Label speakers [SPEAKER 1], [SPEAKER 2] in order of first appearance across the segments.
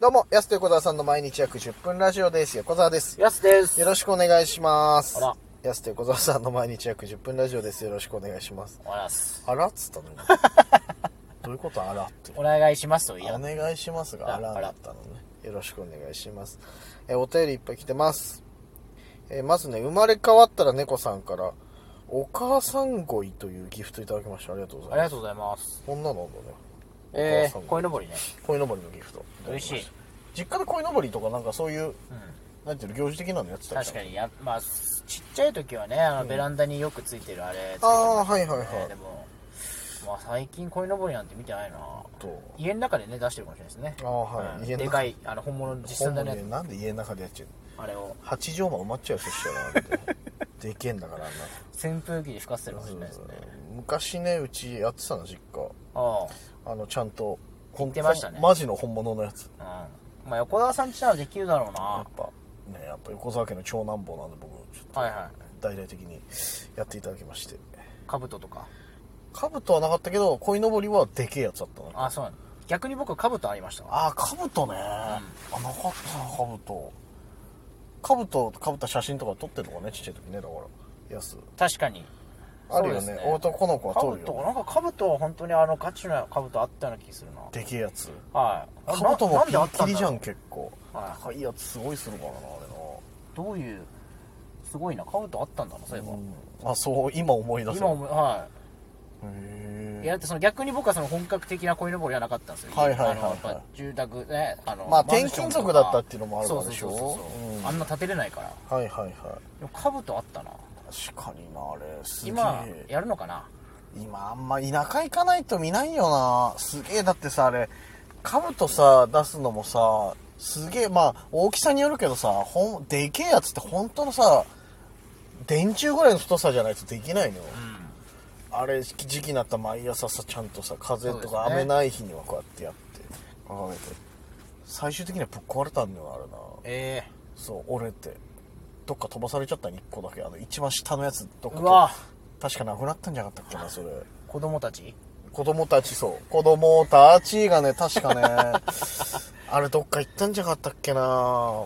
[SPEAKER 1] どうも、安手小沢さんの毎日約10分ラジオです。横澤です。
[SPEAKER 2] やすです。
[SPEAKER 1] よろしくお願いします
[SPEAKER 2] あら。
[SPEAKER 1] 安手小沢さんの毎日約10分ラジオです。よろしくお願いします。
[SPEAKER 2] お願いします。
[SPEAKER 1] あらっつったの今どういうことあらって。
[SPEAKER 2] お願いしますと言
[SPEAKER 1] お
[SPEAKER 2] う。
[SPEAKER 1] 願いしますが、
[SPEAKER 2] あ
[SPEAKER 1] あら
[SPEAKER 2] あら
[SPEAKER 1] だったのね。よろしくお願いします。えーお便りいっぱい来てます。えーまずね、生まれ変わったら猫さんから、お母さん恋というギフトいただきました。ありがとうございま
[SPEAKER 2] ありが
[SPEAKER 1] す。
[SPEAKER 2] とうございます。
[SPEAKER 1] こんなのあるんだね。
[SPEAKER 2] え
[SPEAKER 1] お母さん
[SPEAKER 2] ー、鯉のぼりね。
[SPEAKER 1] 鯉のぼりのギフト。
[SPEAKER 2] 嬉しい。
[SPEAKER 1] 実家で鯉のぼりとかなんかそういう、
[SPEAKER 2] う
[SPEAKER 1] なんていうの、行事的なのやってた
[SPEAKER 2] 確かにや、まあ、ちっちゃい時はね、あの、ベランダによくついてるあれ、つけて
[SPEAKER 1] あ
[SPEAKER 2] ま
[SPEAKER 1] あ、はいはいは
[SPEAKER 2] したね
[SPEAKER 1] い
[SPEAKER 2] で。も、まあ、最近鯉のぼりなんて見てないな
[SPEAKER 1] と
[SPEAKER 2] 家の中でね、出してるかもしれないです
[SPEAKER 1] あ
[SPEAKER 2] ね。
[SPEAKER 1] あはい
[SPEAKER 2] うん
[SPEAKER 1] 家の中
[SPEAKER 2] でかい、あの、本物の実際の
[SPEAKER 1] ほんま
[SPEAKER 2] ね、
[SPEAKER 1] になんで家の中でやっちゃうの
[SPEAKER 2] あれを、
[SPEAKER 1] 八畳間埋まっちゃうよそしたらでけえんだからあんな
[SPEAKER 2] 扇風機で吹かせてるかもしれないですね。
[SPEAKER 1] 昔ねうちやってたの実家
[SPEAKER 2] あ
[SPEAKER 1] あのちゃんと
[SPEAKER 2] 言ってましたね
[SPEAKER 1] ほんマジの本物のやつ
[SPEAKER 2] あ。うん。まあ、横澤さんちならできるだろう
[SPEAKER 1] や
[SPEAKER 2] な
[SPEAKER 1] っ。ぱねやっぱ横沢家の長男坊なんで僕ちょっと
[SPEAKER 2] はいはい。
[SPEAKER 1] 大々的にやっていただきまして
[SPEAKER 2] 兜とか。
[SPEAKER 1] 兜はなかったけど鯉のぼりはでけえやつだったな
[SPEAKER 2] あ、そうなの。逆に僕、兜ありました。
[SPEAKER 1] ああ兜ね、あなかったな兜兜かぶった写真とか撮ってるのかねちっちゃい時ねだからやす
[SPEAKER 2] 確かに
[SPEAKER 1] あるよ
[SPEAKER 2] そう
[SPEAKER 1] ね
[SPEAKER 2] です
[SPEAKER 1] 男の子は
[SPEAKER 2] カ
[SPEAKER 1] 撮
[SPEAKER 2] ブ
[SPEAKER 1] る
[SPEAKER 2] ト
[SPEAKER 1] よ
[SPEAKER 2] なんかカブトは本当にあのガチなカブトあったような気するな
[SPEAKER 1] でけえやつ
[SPEAKER 2] はい
[SPEAKER 1] カブトも
[SPEAKER 2] な
[SPEAKER 1] ピンキリじゃ
[SPEAKER 2] なんであっただろ
[SPEAKER 1] 結構
[SPEAKER 2] はい
[SPEAKER 1] 高いやつすごいするからなあ
[SPEAKER 2] うどういうすごいなカブトあったんだなそうい
[SPEAKER 1] れ
[SPEAKER 2] え
[SPEAKER 1] な
[SPEAKER 2] ば、
[SPEAKER 1] うんあそう今思い出せ
[SPEAKER 2] 今
[SPEAKER 1] るへ
[SPEAKER 2] 思うは
[SPEAKER 1] え
[SPEAKER 2] いいやだってその逆に僕はその本格的な鯉のぼりはなかったんですよ
[SPEAKER 1] はいはいはいはい
[SPEAKER 2] あのやっぱ住宅ねあの
[SPEAKER 1] まあ
[SPEAKER 2] マンション
[SPEAKER 1] 転勤
[SPEAKER 2] とか
[SPEAKER 1] 族だったっていうのもあるからでしょ
[SPEAKER 2] そうそうそうそう
[SPEAKER 1] うん
[SPEAKER 2] あんな建てれないから
[SPEAKER 1] はいはいは
[SPEAKER 2] でもカブトあったない
[SPEAKER 1] 確かになあれすげ
[SPEAKER 2] 今
[SPEAKER 1] え
[SPEAKER 2] やるのかな
[SPEAKER 1] 今あんま田舎行かないと見ないよなすげえだってさあれ兜さ出すのもさすげえまあ大きさによるけどさほんでけえやつって本当のさ電柱ぐらいの太さじゃないとできないのよ、あれ時期になったら毎朝さちゃんとさ風とか
[SPEAKER 2] そうですね
[SPEAKER 1] 雨ない日にはこうやってやって掲げて最終的にはぶっ壊れたんだよあれな
[SPEAKER 2] ええ
[SPEAKER 1] そう折れてどっか飛ばされちゃったね1個だけあの一番下のやつどっか
[SPEAKER 2] うわ
[SPEAKER 1] 確かなくなったんじゃなかったかなそれ
[SPEAKER 2] 子供たち
[SPEAKER 1] 子供たちそう子供たちがね確かね あれどっか行ったんじゃなかったっけな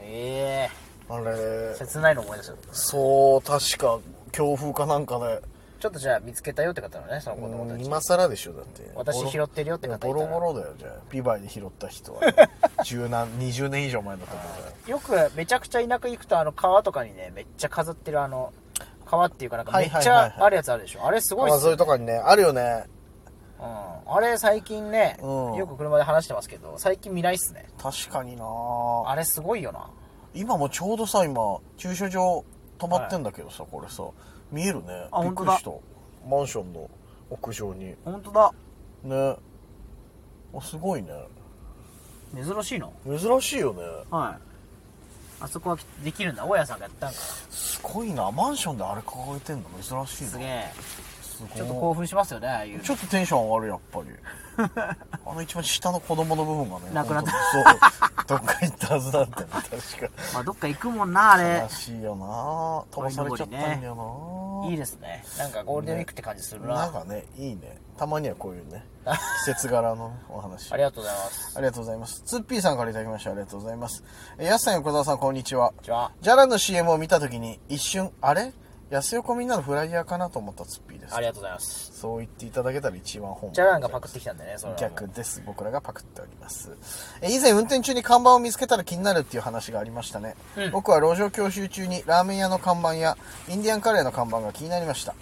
[SPEAKER 2] え
[SPEAKER 1] あ
[SPEAKER 2] え
[SPEAKER 1] れ
[SPEAKER 2] 切ないの思い出す
[SPEAKER 1] そう確か強風かなんかで、
[SPEAKER 2] ちょっとじゃあ見つけたよって方のねその子供た
[SPEAKER 1] うん
[SPEAKER 2] ち
[SPEAKER 1] 今更でしょだって
[SPEAKER 2] 私拾ってるよって方いたら
[SPEAKER 1] ボロボロだよじゃあビバイで拾った人は 十何20年以上前だと思うから
[SPEAKER 2] よくめちゃくちゃ田舎行くとあの川とかにねめっちゃ飾ってるあの川っていうかなんか
[SPEAKER 1] は
[SPEAKER 2] め
[SPEAKER 1] い
[SPEAKER 2] っ
[SPEAKER 1] はい
[SPEAKER 2] ち
[SPEAKER 1] はいはい
[SPEAKER 2] ゃあるやつあるでしょあれすごい
[SPEAKER 1] ま
[SPEAKER 2] っ
[SPEAKER 1] あ
[SPEAKER 2] す
[SPEAKER 1] そういう
[SPEAKER 2] よ、
[SPEAKER 1] とこにねあるよね
[SPEAKER 2] うん、あれ最近ね、
[SPEAKER 1] うん
[SPEAKER 2] よく車で話してますけど最近見ないっすね
[SPEAKER 1] 確かになあ
[SPEAKER 2] あれすごいよな
[SPEAKER 1] 今もちょうどさ今駐車場止まってんだけどさ、これさ見えるね
[SPEAKER 2] あ
[SPEAKER 1] びっ
[SPEAKER 2] 本
[SPEAKER 1] く
[SPEAKER 2] 当
[SPEAKER 1] り
[SPEAKER 2] だ
[SPEAKER 1] したマンションの屋上にね
[SPEAKER 2] 本当だ
[SPEAKER 1] あすごいね
[SPEAKER 2] 珍しいの
[SPEAKER 1] 珍しいよね
[SPEAKER 2] はいあそこはできるんだ大家さんがやったんか
[SPEAKER 1] すごいなマンションであれ掲げてんの珍しい
[SPEAKER 2] す
[SPEAKER 1] な
[SPEAKER 2] げえ
[SPEAKER 1] す
[SPEAKER 2] ちょっと
[SPEAKER 1] ご
[SPEAKER 2] 興奮しますよねああいう
[SPEAKER 1] いちょっとテンション上がるやっぱり あの一番下の子供の部分がね
[SPEAKER 2] なくなった
[SPEAKER 1] たそうどっか行ったはずなんだよね確か
[SPEAKER 2] まあどっか行くもんなあれ
[SPEAKER 1] 悲しいよな飛ばされちゃったんだよない
[SPEAKER 2] いですねなんかゴールデンウィークって感じするな、
[SPEAKER 1] なんかねいいねたまにはこういう ね季節柄のお話
[SPEAKER 2] あ
[SPEAKER 1] あ
[SPEAKER 2] りがとうございます
[SPEAKER 1] りがとうございますツッピーさんからいただきましたありがとうございますえーやすさん横澤さんこんにちは
[SPEAKER 2] こんにちは
[SPEAKER 1] ジャラの CM を見た時に一瞬あれ安横みんなのフライヤーかなと思ったツッピーです
[SPEAKER 2] ありがとうございます
[SPEAKER 1] そう言っていただけたら一番本望
[SPEAKER 2] ジャランがパクってきたんでねそれはもう
[SPEAKER 1] 逆です僕らがパクっておりますえ以前運転中に看板を見つけたら気になるっていう話がありましたね、
[SPEAKER 2] うん
[SPEAKER 1] 僕は路上教習中にラーメン屋の看板やインディアンカレーの看板が気になりました、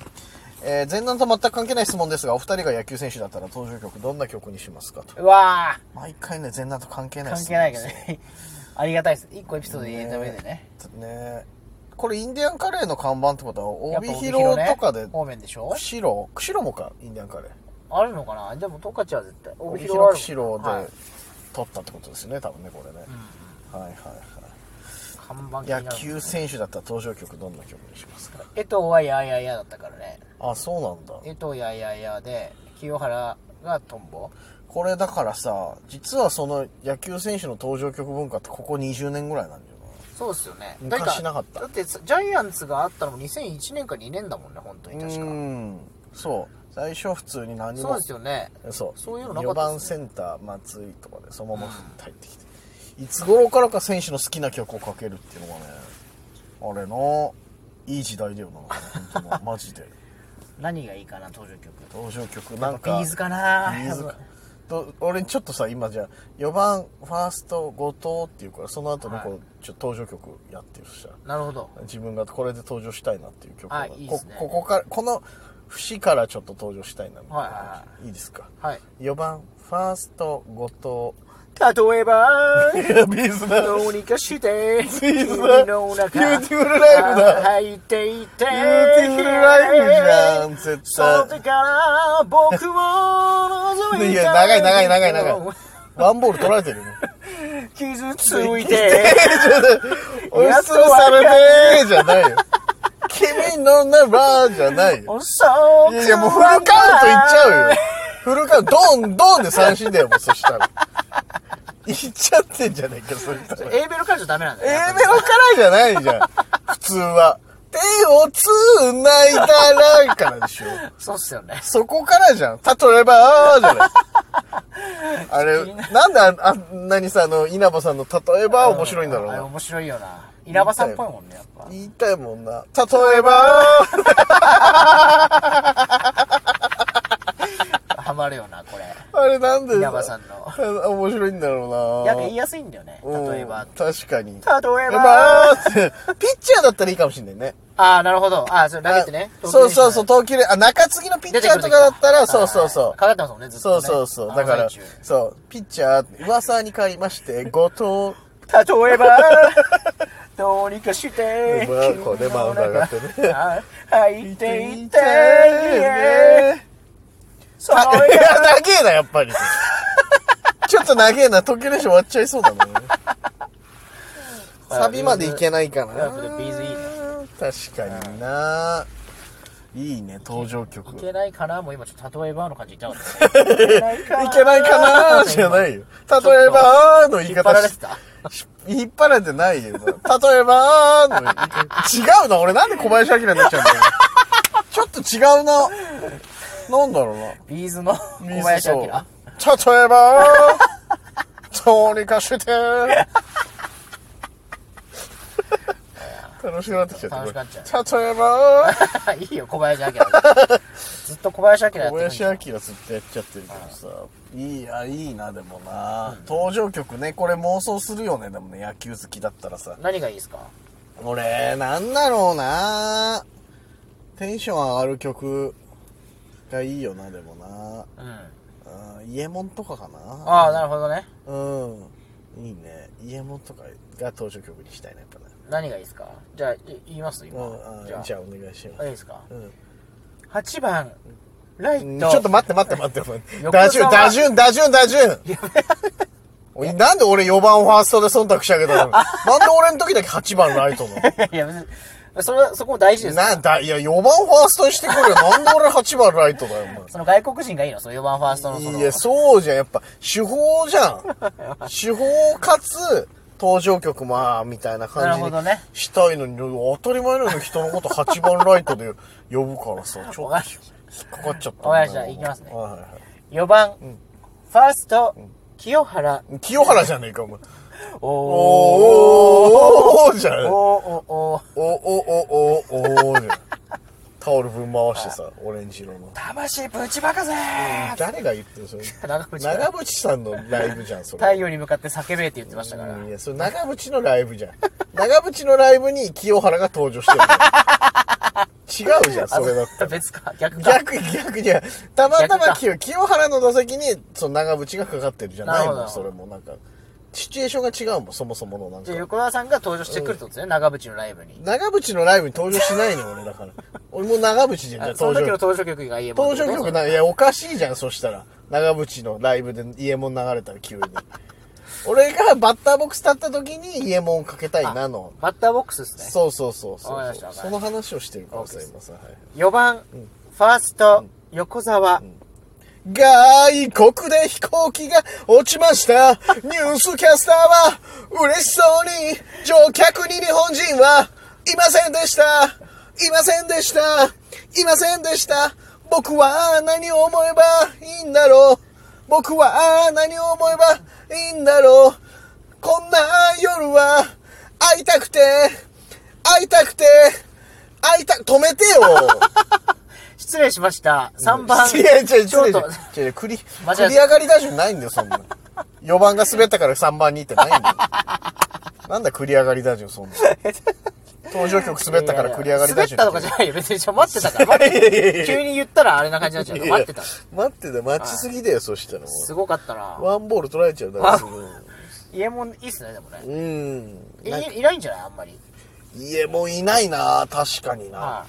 [SPEAKER 1] えー前段と全く関係ない質問ですがお二人が野球選手だったら登場曲どんな曲にしますかと
[SPEAKER 2] うわー
[SPEAKER 1] 毎回ね前段と関係ない
[SPEAKER 2] 関係ないけどねありがたいです一個エピソード入れた上でね
[SPEAKER 1] ねえこれインディアンカレーの看板ってことは
[SPEAKER 2] やっ
[SPEAKER 1] 帯
[SPEAKER 2] ぱ
[SPEAKER 1] 広
[SPEAKER 2] ね
[SPEAKER 1] とかで
[SPEAKER 2] 方面でしょ
[SPEAKER 1] 釧路釧路もかインディアンカレー
[SPEAKER 2] あるのかなでも十勝は絶対
[SPEAKER 1] 帯
[SPEAKER 2] はあ
[SPEAKER 1] 広
[SPEAKER 2] る
[SPEAKER 1] 釧路
[SPEAKER 2] はい
[SPEAKER 1] で取ったってことですよね多分ねこれね、はいはいはい
[SPEAKER 2] 看板気にな
[SPEAKER 1] 野
[SPEAKER 2] る
[SPEAKER 1] 球選手だったら登場曲どんな曲にしますか
[SPEAKER 2] 江藤はやいやいやだったからね
[SPEAKER 1] あそうなんだ
[SPEAKER 2] 江藤やいやいやで清原がトンボ
[SPEAKER 1] これだからさ実はその野球選手の登場曲文化ってここ20年ぐらいなんだよ
[SPEAKER 2] そうっすよね
[SPEAKER 1] 昔なかった
[SPEAKER 2] だってジャイアンツがあったのも2001年か2年だもんね本当に
[SPEAKER 1] なう
[SPEAKER 2] 確か
[SPEAKER 1] ーんそう最初普通に何も
[SPEAKER 2] そうですよね
[SPEAKER 1] そう
[SPEAKER 2] そういうのなか
[SPEAKER 1] 4
[SPEAKER 2] った
[SPEAKER 1] 番
[SPEAKER 2] っす
[SPEAKER 1] センター松井とかでそのまま入ってきて、いつ頃からか選手の好きな曲をかけるっていうのがねあれないい時代だよな本当なマ ジで
[SPEAKER 2] 何がいいかな登場曲
[SPEAKER 1] 登場曲なん
[SPEAKER 2] ビ
[SPEAKER 1] か
[SPEAKER 2] ーズかな
[SPEAKER 1] ビーズかと俺ちょっとさ今じゃあ4番ファースト後藤っていうからその後のこう、
[SPEAKER 2] は
[SPEAKER 1] ちょっと登場曲やってるしさ
[SPEAKER 2] なるほど
[SPEAKER 1] 自分がこれで登場したいなっていう曲
[SPEAKER 2] あいいっすね
[SPEAKER 1] こここからこの節からちょっと登場したいなみたいな、、
[SPEAKER 2] はいはい
[SPEAKER 1] いですか
[SPEAKER 2] はい
[SPEAKER 1] 4番ファースト後
[SPEAKER 2] 例えば
[SPEAKER 1] 藤いやビーズだ
[SPEAKER 2] どうにかして
[SPEAKER 1] ビーズだ
[SPEAKER 2] 君の中
[SPEAKER 1] ビューティフルライブだ
[SPEAKER 2] 入っていて
[SPEAKER 1] ビューティフルライブじゃん絶
[SPEAKER 2] それ
[SPEAKER 1] 対
[SPEAKER 2] から僕を覗いた
[SPEAKER 1] いや長い長い長い長いワンボール取られてるよね
[SPEAKER 2] 傷つ いて
[SPEAKER 1] おやすみされねーじゃないよ君のならじゃないよ
[SPEAKER 2] 遅く
[SPEAKER 1] いやいやもうフルカウントいっちゃうよフルカウントドンドンで三振だよもうそしたらいっちゃってんじゃねえかそしたら
[SPEAKER 2] A メロからじゃダメなんだ
[SPEAKER 1] A
[SPEAKER 2] よやっぱ
[SPEAKER 1] メロからじゃないじゃん普通は手をつないだらからでしょ
[SPEAKER 2] りそうっすよね
[SPEAKER 1] そこからじゃん。例えば、あーじゃない。あ れ、なんでああんなにさ、あの、稲葉さんの例えば面白いんだろ
[SPEAKER 2] あ
[SPEAKER 1] う
[SPEAKER 2] れ
[SPEAKER 1] な。
[SPEAKER 2] 面白いよな稲葉さんっぽいもんねやっぱ
[SPEAKER 1] 言いたいもんな。例えば、
[SPEAKER 2] ハマるよなこれ
[SPEAKER 1] あれなんで
[SPEAKER 2] 稲葉さんの
[SPEAKER 1] あ面白いんだろう
[SPEAKER 2] や
[SPEAKER 1] な。
[SPEAKER 2] っぱ言いやすいんだよね
[SPEAKER 1] うん
[SPEAKER 2] 例えば
[SPEAKER 1] 確かに。例え
[SPEAKER 2] 例えば
[SPEAKER 1] ばって、ピッチャーだったらいいかもしんないね。
[SPEAKER 2] ああなるほどああそれ投げてね
[SPEAKER 1] あそうそうそう、
[SPEAKER 2] 投
[SPEAKER 1] 投球で、あ、中継ぎのピッ
[SPEAKER 2] 球
[SPEAKER 1] チ
[SPEAKER 2] で
[SPEAKER 1] ャーとかだったら、そうそう
[SPEAKER 2] は
[SPEAKER 1] そ。
[SPEAKER 2] いうかかってますもんねずっと
[SPEAKER 1] そ
[SPEAKER 2] ね
[SPEAKER 1] うそうそう。
[SPEAKER 2] あ
[SPEAKER 1] だ
[SPEAKER 2] の
[SPEAKER 1] から
[SPEAKER 2] 最中、
[SPEAKER 1] そう、ピッチャー、噂に変わりま して、後藤、
[SPEAKER 2] 例えば どうにかして
[SPEAKER 1] まあこれマウンド上がってね
[SPEAKER 2] あ入っていって その
[SPEAKER 1] あいや、長えな、やっ ぱり。ちょっと長えな、時計練習終わっちゃいそうだな。サビまでいけないかな。
[SPEAKER 2] やっぱでもビーズいいね
[SPEAKER 1] 確かにな。いいね、登場曲。
[SPEAKER 2] い
[SPEAKER 1] い
[SPEAKER 2] けないかなもう今ちょっと例えばの感じ言ったかったねいけないか
[SPEAKER 1] けないかなじゃ
[SPEAKER 2] い
[SPEAKER 1] ないよ。例えば、あーの言い
[SPEAKER 2] 引っ張ら
[SPEAKER 1] 方
[SPEAKER 2] れて
[SPEAKER 1] し。
[SPEAKER 2] た
[SPEAKER 1] 引っ張られてないよ。例えば、あーの言い方。違うな、俺なんで小林明になっちゃうんだよ。ちょっと違うな。なんだろうな。
[SPEAKER 2] ビーズの小林明
[SPEAKER 1] そう例えば、どうにかして。楽しくなってきちゃった。
[SPEAKER 2] 楽しくなっち
[SPEAKER 1] 例えば、
[SPEAKER 2] いいよ小林明ずっと小林明やって
[SPEAKER 1] 小
[SPEAKER 2] る
[SPEAKER 1] 林明ずっとやっちゃってるけどさ。いいや、いいな、でもな、登場曲ね、これ妄想するよね、でもね、野球好きだったらさ。
[SPEAKER 2] 何がいいですか
[SPEAKER 1] 俺、なんだろうなテンション上がる曲がいいよな、でもな
[SPEAKER 2] うん
[SPEAKER 1] うんイエモンとかかな
[SPEAKER 2] ああなるほどね
[SPEAKER 1] うん。いいね。イエモンとかが登場曲にしたいな、やっぱね。
[SPEAKER 2] 何がいいですかじゃあい言います今
[SPEAKER 1] うん、
[SPEAKER 2] じ
[SPEAKER 1] じゃ
[SPEAKER 2] ゃ
[SPEAKER 1] あ、
[SPEAKER 2] あ
[SPEAKER 1] じゃあお願いしま
[SPEAKER 2] い
[SPEAKER 1] す。
[SPEAKER 2] いですか
[SPEAKER 1] うん
[SPEAKER 2] 8番ライ
[SPEAKER 1] ち
[SPEAKER 2] ト
[SPEAKER 1] ょっと待って待って待って待って。
[SPEAKER 2] 横
[SPEAKER 1] 打順、
[SPEAKER 2] 澤
[SPEAKER 1] 打順、打順、打順。おいなんで俺4番をファーストで忖度してあげたのなんで俺の時だけ8番ライトの
[SPEAKER 2] いや別にそれはそこも大事ですよ
[SPEAKER 1] なんだ、いや4番ファーストにしてくれよ。なんで俺8番ライトだよ、お前。
[SPEAKER 2] その外国人がいいのその4番ファーストのその
[SPEAKER 1] いや、そうじゃん。やっぱ、手法じゃ ん。手法かつ、登場曲まあ、みたいな
[SPEAKER 2] な
[SPEAKER 1] 感
[SPEAKER 2] る
[SPEAKER 1] じ
[SPEAKER 2] ほ
[SPEAKER 1] に
[SPEAKER 2] どね
[SPEAKER 1] したいのに、当たり前のように人のこと8番ライトで呼ぶからさ、ちょっと
[SPEAKER 2] わか
[SPEAKER 1] 引っかかっちゃったんだよ。
[SPEAKER 2] わかりました行きますね
[SPEAKER 1] はいはいは
[SPEAKER 2] 4番、ファースト、清原
[SPEAKER 1] い清原じゃねえか、お前。
[SPEAKER 2] お
[SPEAKER 1] おーおーじゃん。お
[SPEAKER 2] おおおお
[SPEAKER 1] おおおおじゃん。タオルぶん回してさ、オレンジ色の。
[SPEAKER 2] 魂ぶちまかせー
[SPEAKER 1] 誰が言ってる それ。
[SPEAKER 2] 長渕が
[SPEAKER 1] 長渕さんのライブじゃん、それ。
[SPEAKER 2] 太陽に向かって叫べって言ってましたから
[SPEAKER 1] うんいや、それ長渕のライブじゃん。 長渕のライブに清原が登場してるじゃん。違うじゃん、 それだったら。
[SPEAKER 2] 別か逆か
[SPEAKER 1] 逆、逆に、たまた
[SPEAKER 2] 逆
[SPEAKER 1] ま
[SPEAKER 2] か
[SPEAKER 1] 清清原の打席に、その長渕がかかってるじゃない
[SPEAKER 2] な
[SPEAKER 1] も
[SPEAKER 2] る
[SPEAKER 1] ん、
[SPEAKER 2] ほど
[SPEAKER 1] それも。なんか、シチュエーションが違うもん、そもそものなん
[SPEAKER 2] じゃあ
[SPEAKER 1] か。
[SPEAKER 2] 横川さんが登場してくるってことですね、長渕のライブに
[SPEAKER 1] 長渕のライブに登場しないのよ、俺だ から。俺もう長渕じゃん、じゃあ
[SPEAKER 2] その時
[SPEAKER 1] 登
[SPEAKER 2] の
[SPEAKER 1] 場。
[SPEAKER 2] 登場曲が言えば
[SPEAKER 1] 登場曲ない、いや、おかしいじゃん、そしたら。長渕のライブで家門流れたら急に。俺がバッターボックス立った時に家門かけたいなの
[SPEAKER 2] バッターボックスですね
[SPEAKER 1] そうそうそうそ
[SPEAKER 2] わかり
[SPEAKER 1] う
[SPEAKER 2] ました
[SPEAKER 1] そう
[SPEAKER 2] わか
[SPEAKER 1] そ
[SPEAKER 2] り
[SPEAKER 1] の
[SPEAKER 2] ま
[SPEAKER 1] 話をしてるからさ
[SPEAKER 2] オッケー
[SPEAKER 1] 今さ、はい、
[SPEAKER 2] 4番、ファースト、横澤、
[SPEAKER 1] 外国で飛行機が落ちましたニュースキャスターは嬉しそうに乗客に日本人はいませんでしたいませんでしたいませんでした僕は何を思えばいいんだろう僕は何を思えばいいんだろうこんな夜は、会いたくて、会いたくて、会いた、止めてよ
[SPEAKER 2] 失礼しました。3番。
[SPEAKER 1] いや、違う違う違う
[SPEAKER 2] ショート。
[SPEAKER 1] 違う違う繰り、
[SPEAKER 2] 間違えた
[SPEAKER 1] 繰り上がり打順ないんだよ、そんな。4番が滑ったから3番にってないんだよ。なんだ繰り上がり打順、そんな。登場曲滑ったから繰り上がり
[SPEAKER 2] 滑
[SPEAKER 1] 打
[SPEAKER 2] っ
[SPEAKER 1] 順。
[SPEAKER 2] たとかじゃないよ。別にちょ待ってたから。待っ
[SPEAKER 1] いやいやいや
[SPEAKER 2] て急に言ったらあれな感じになっちゃうから。待ってた。
[SPEAKER 1] いや待ってた、待ちすぎだよ、そしたらも
[SPEAKER 2] す
[SPEAKER 1] う。
[SPEAKER 2] ごかったな。
[SPEAKER 1] ワンボール取られちゃうだから
[SPEAKER 2] あ
[SPEAKER 1] すぐ。
[SPEAKER 2] 家もいいっすね、でもね。
[SPEAKER 1] うん。なんか
[SPEAKER 2] いいないんじゃないあんまり。
[SPEAKER 1] 家もいないな確かにな
[SPEAKER 2] は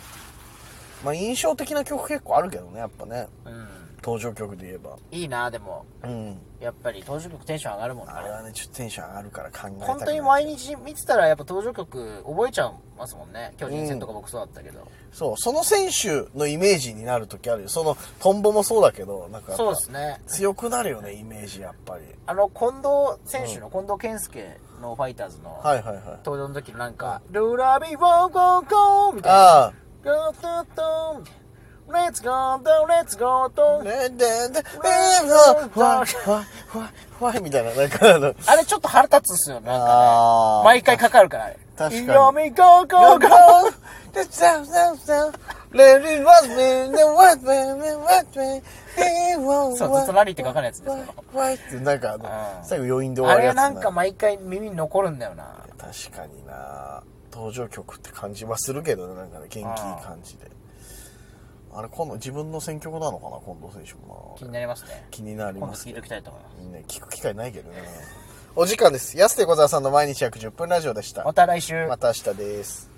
[SPEAKER 1] まあ印象的な曲結構あるけどね、やっぱね。
[SPEAKER 2] い。うん。
[SPEAKER 1] 登場曲で言えば。
[SPEAKER 2] いいな、でも。
[SPEAKER 1] うん。
[SPEAKER 2] やっぱり登場曲テンション上がるもんね
[SPEAKER 1] あれはね、ちょっとテンション上がるから考えたくなっちゃう
[SPEAKER 2] 本当に毎日見てたらやっぱ登場曲覚えちゃいますもんね巨人戦とか僕そうだったけど、
[SPEAKER 1] そう、その選手のイメージになるときあるよ。その、トンボもそうだけど、なんかやっぱ
[SPEAKER 2] そうですね
[SPEAKER 1] 強くなるよね、イメージ、やっぱり。
[SPEAKER 2] あの近藤選手の近藤健介のファイターズの
[SPEAKER 1] はいはいはい。
[SPEAKER 2] 登場の時のなんか「ルラビーゴーゴーゴー」みたいな
[SPEAKER 1] あ
[SPEAKER 2] 「ゴートゥトゥン」「レッツゴートゥレッツゴート
[SPEAKER 1] あ、
[SPEAKER 2] ゥン」
[SPEAKER 1] ねで、で、わ、わ、わ、わ、わ、みたいな、なんかあの、
[SPEAKER 2] あれちょっと腹立つっすよねなんか
[SPEAKER 1] ああ、
[SPEAKER 2] 毎回かかるからあれ
[SPEAKER 1] 確かに
[SPEAKER 2] 読みゴーゴ
[SPEAKER 1] ゴー
[SPEAKER 2] ーゴー
[SPEAKER 1] ゴーで、さ、さ、さ、レリー・ワッメン、で、ワッメン、で、ワッメン、で、ワッ
[SPEAKER 2] そうずっとラリーって書かないやつです
[SPEAKER 1] ワ
[SPEAKER 2] よ
[SPEAKER 1] ッ、ワッって、なんかあ
[SPEAKER 2] う
[SPEAKER 1] の、
[SPEAKER 2] ん
[SPEAKER 1] 最後余韻で終
[SPEAKER 2] あ
[SPEAKER 1] わるや
[SPEAKER 2] れ
[SPEAKER 1] つな
[SPEAKER 2] なんか毎回耳に残るんだよな
[SPEAKER 1] 確かにな登場曲って感じはするけどねなんかね元気いい感じであれ今度自分の選曲なのかな近藤選手も
[SPEAKER 2] 気
[SPEAKER 1] な
[SPEAKER 2] になりますね
[SPEAKER 1] 気になり
[SPEAKER 2] 今度
[SPEAKER 1] ます
[SPEAKER 2] 聞
[SPEAKER 1] けど
[SPEAKER 2] いておきたいと思います
[SPEAKER 1] ね聞く機会ないけどねお時間です安手小沢さんの毎日約10分ラジオでした
[SPEAKER 2] また来週。
[SPEAKER 1] また明日です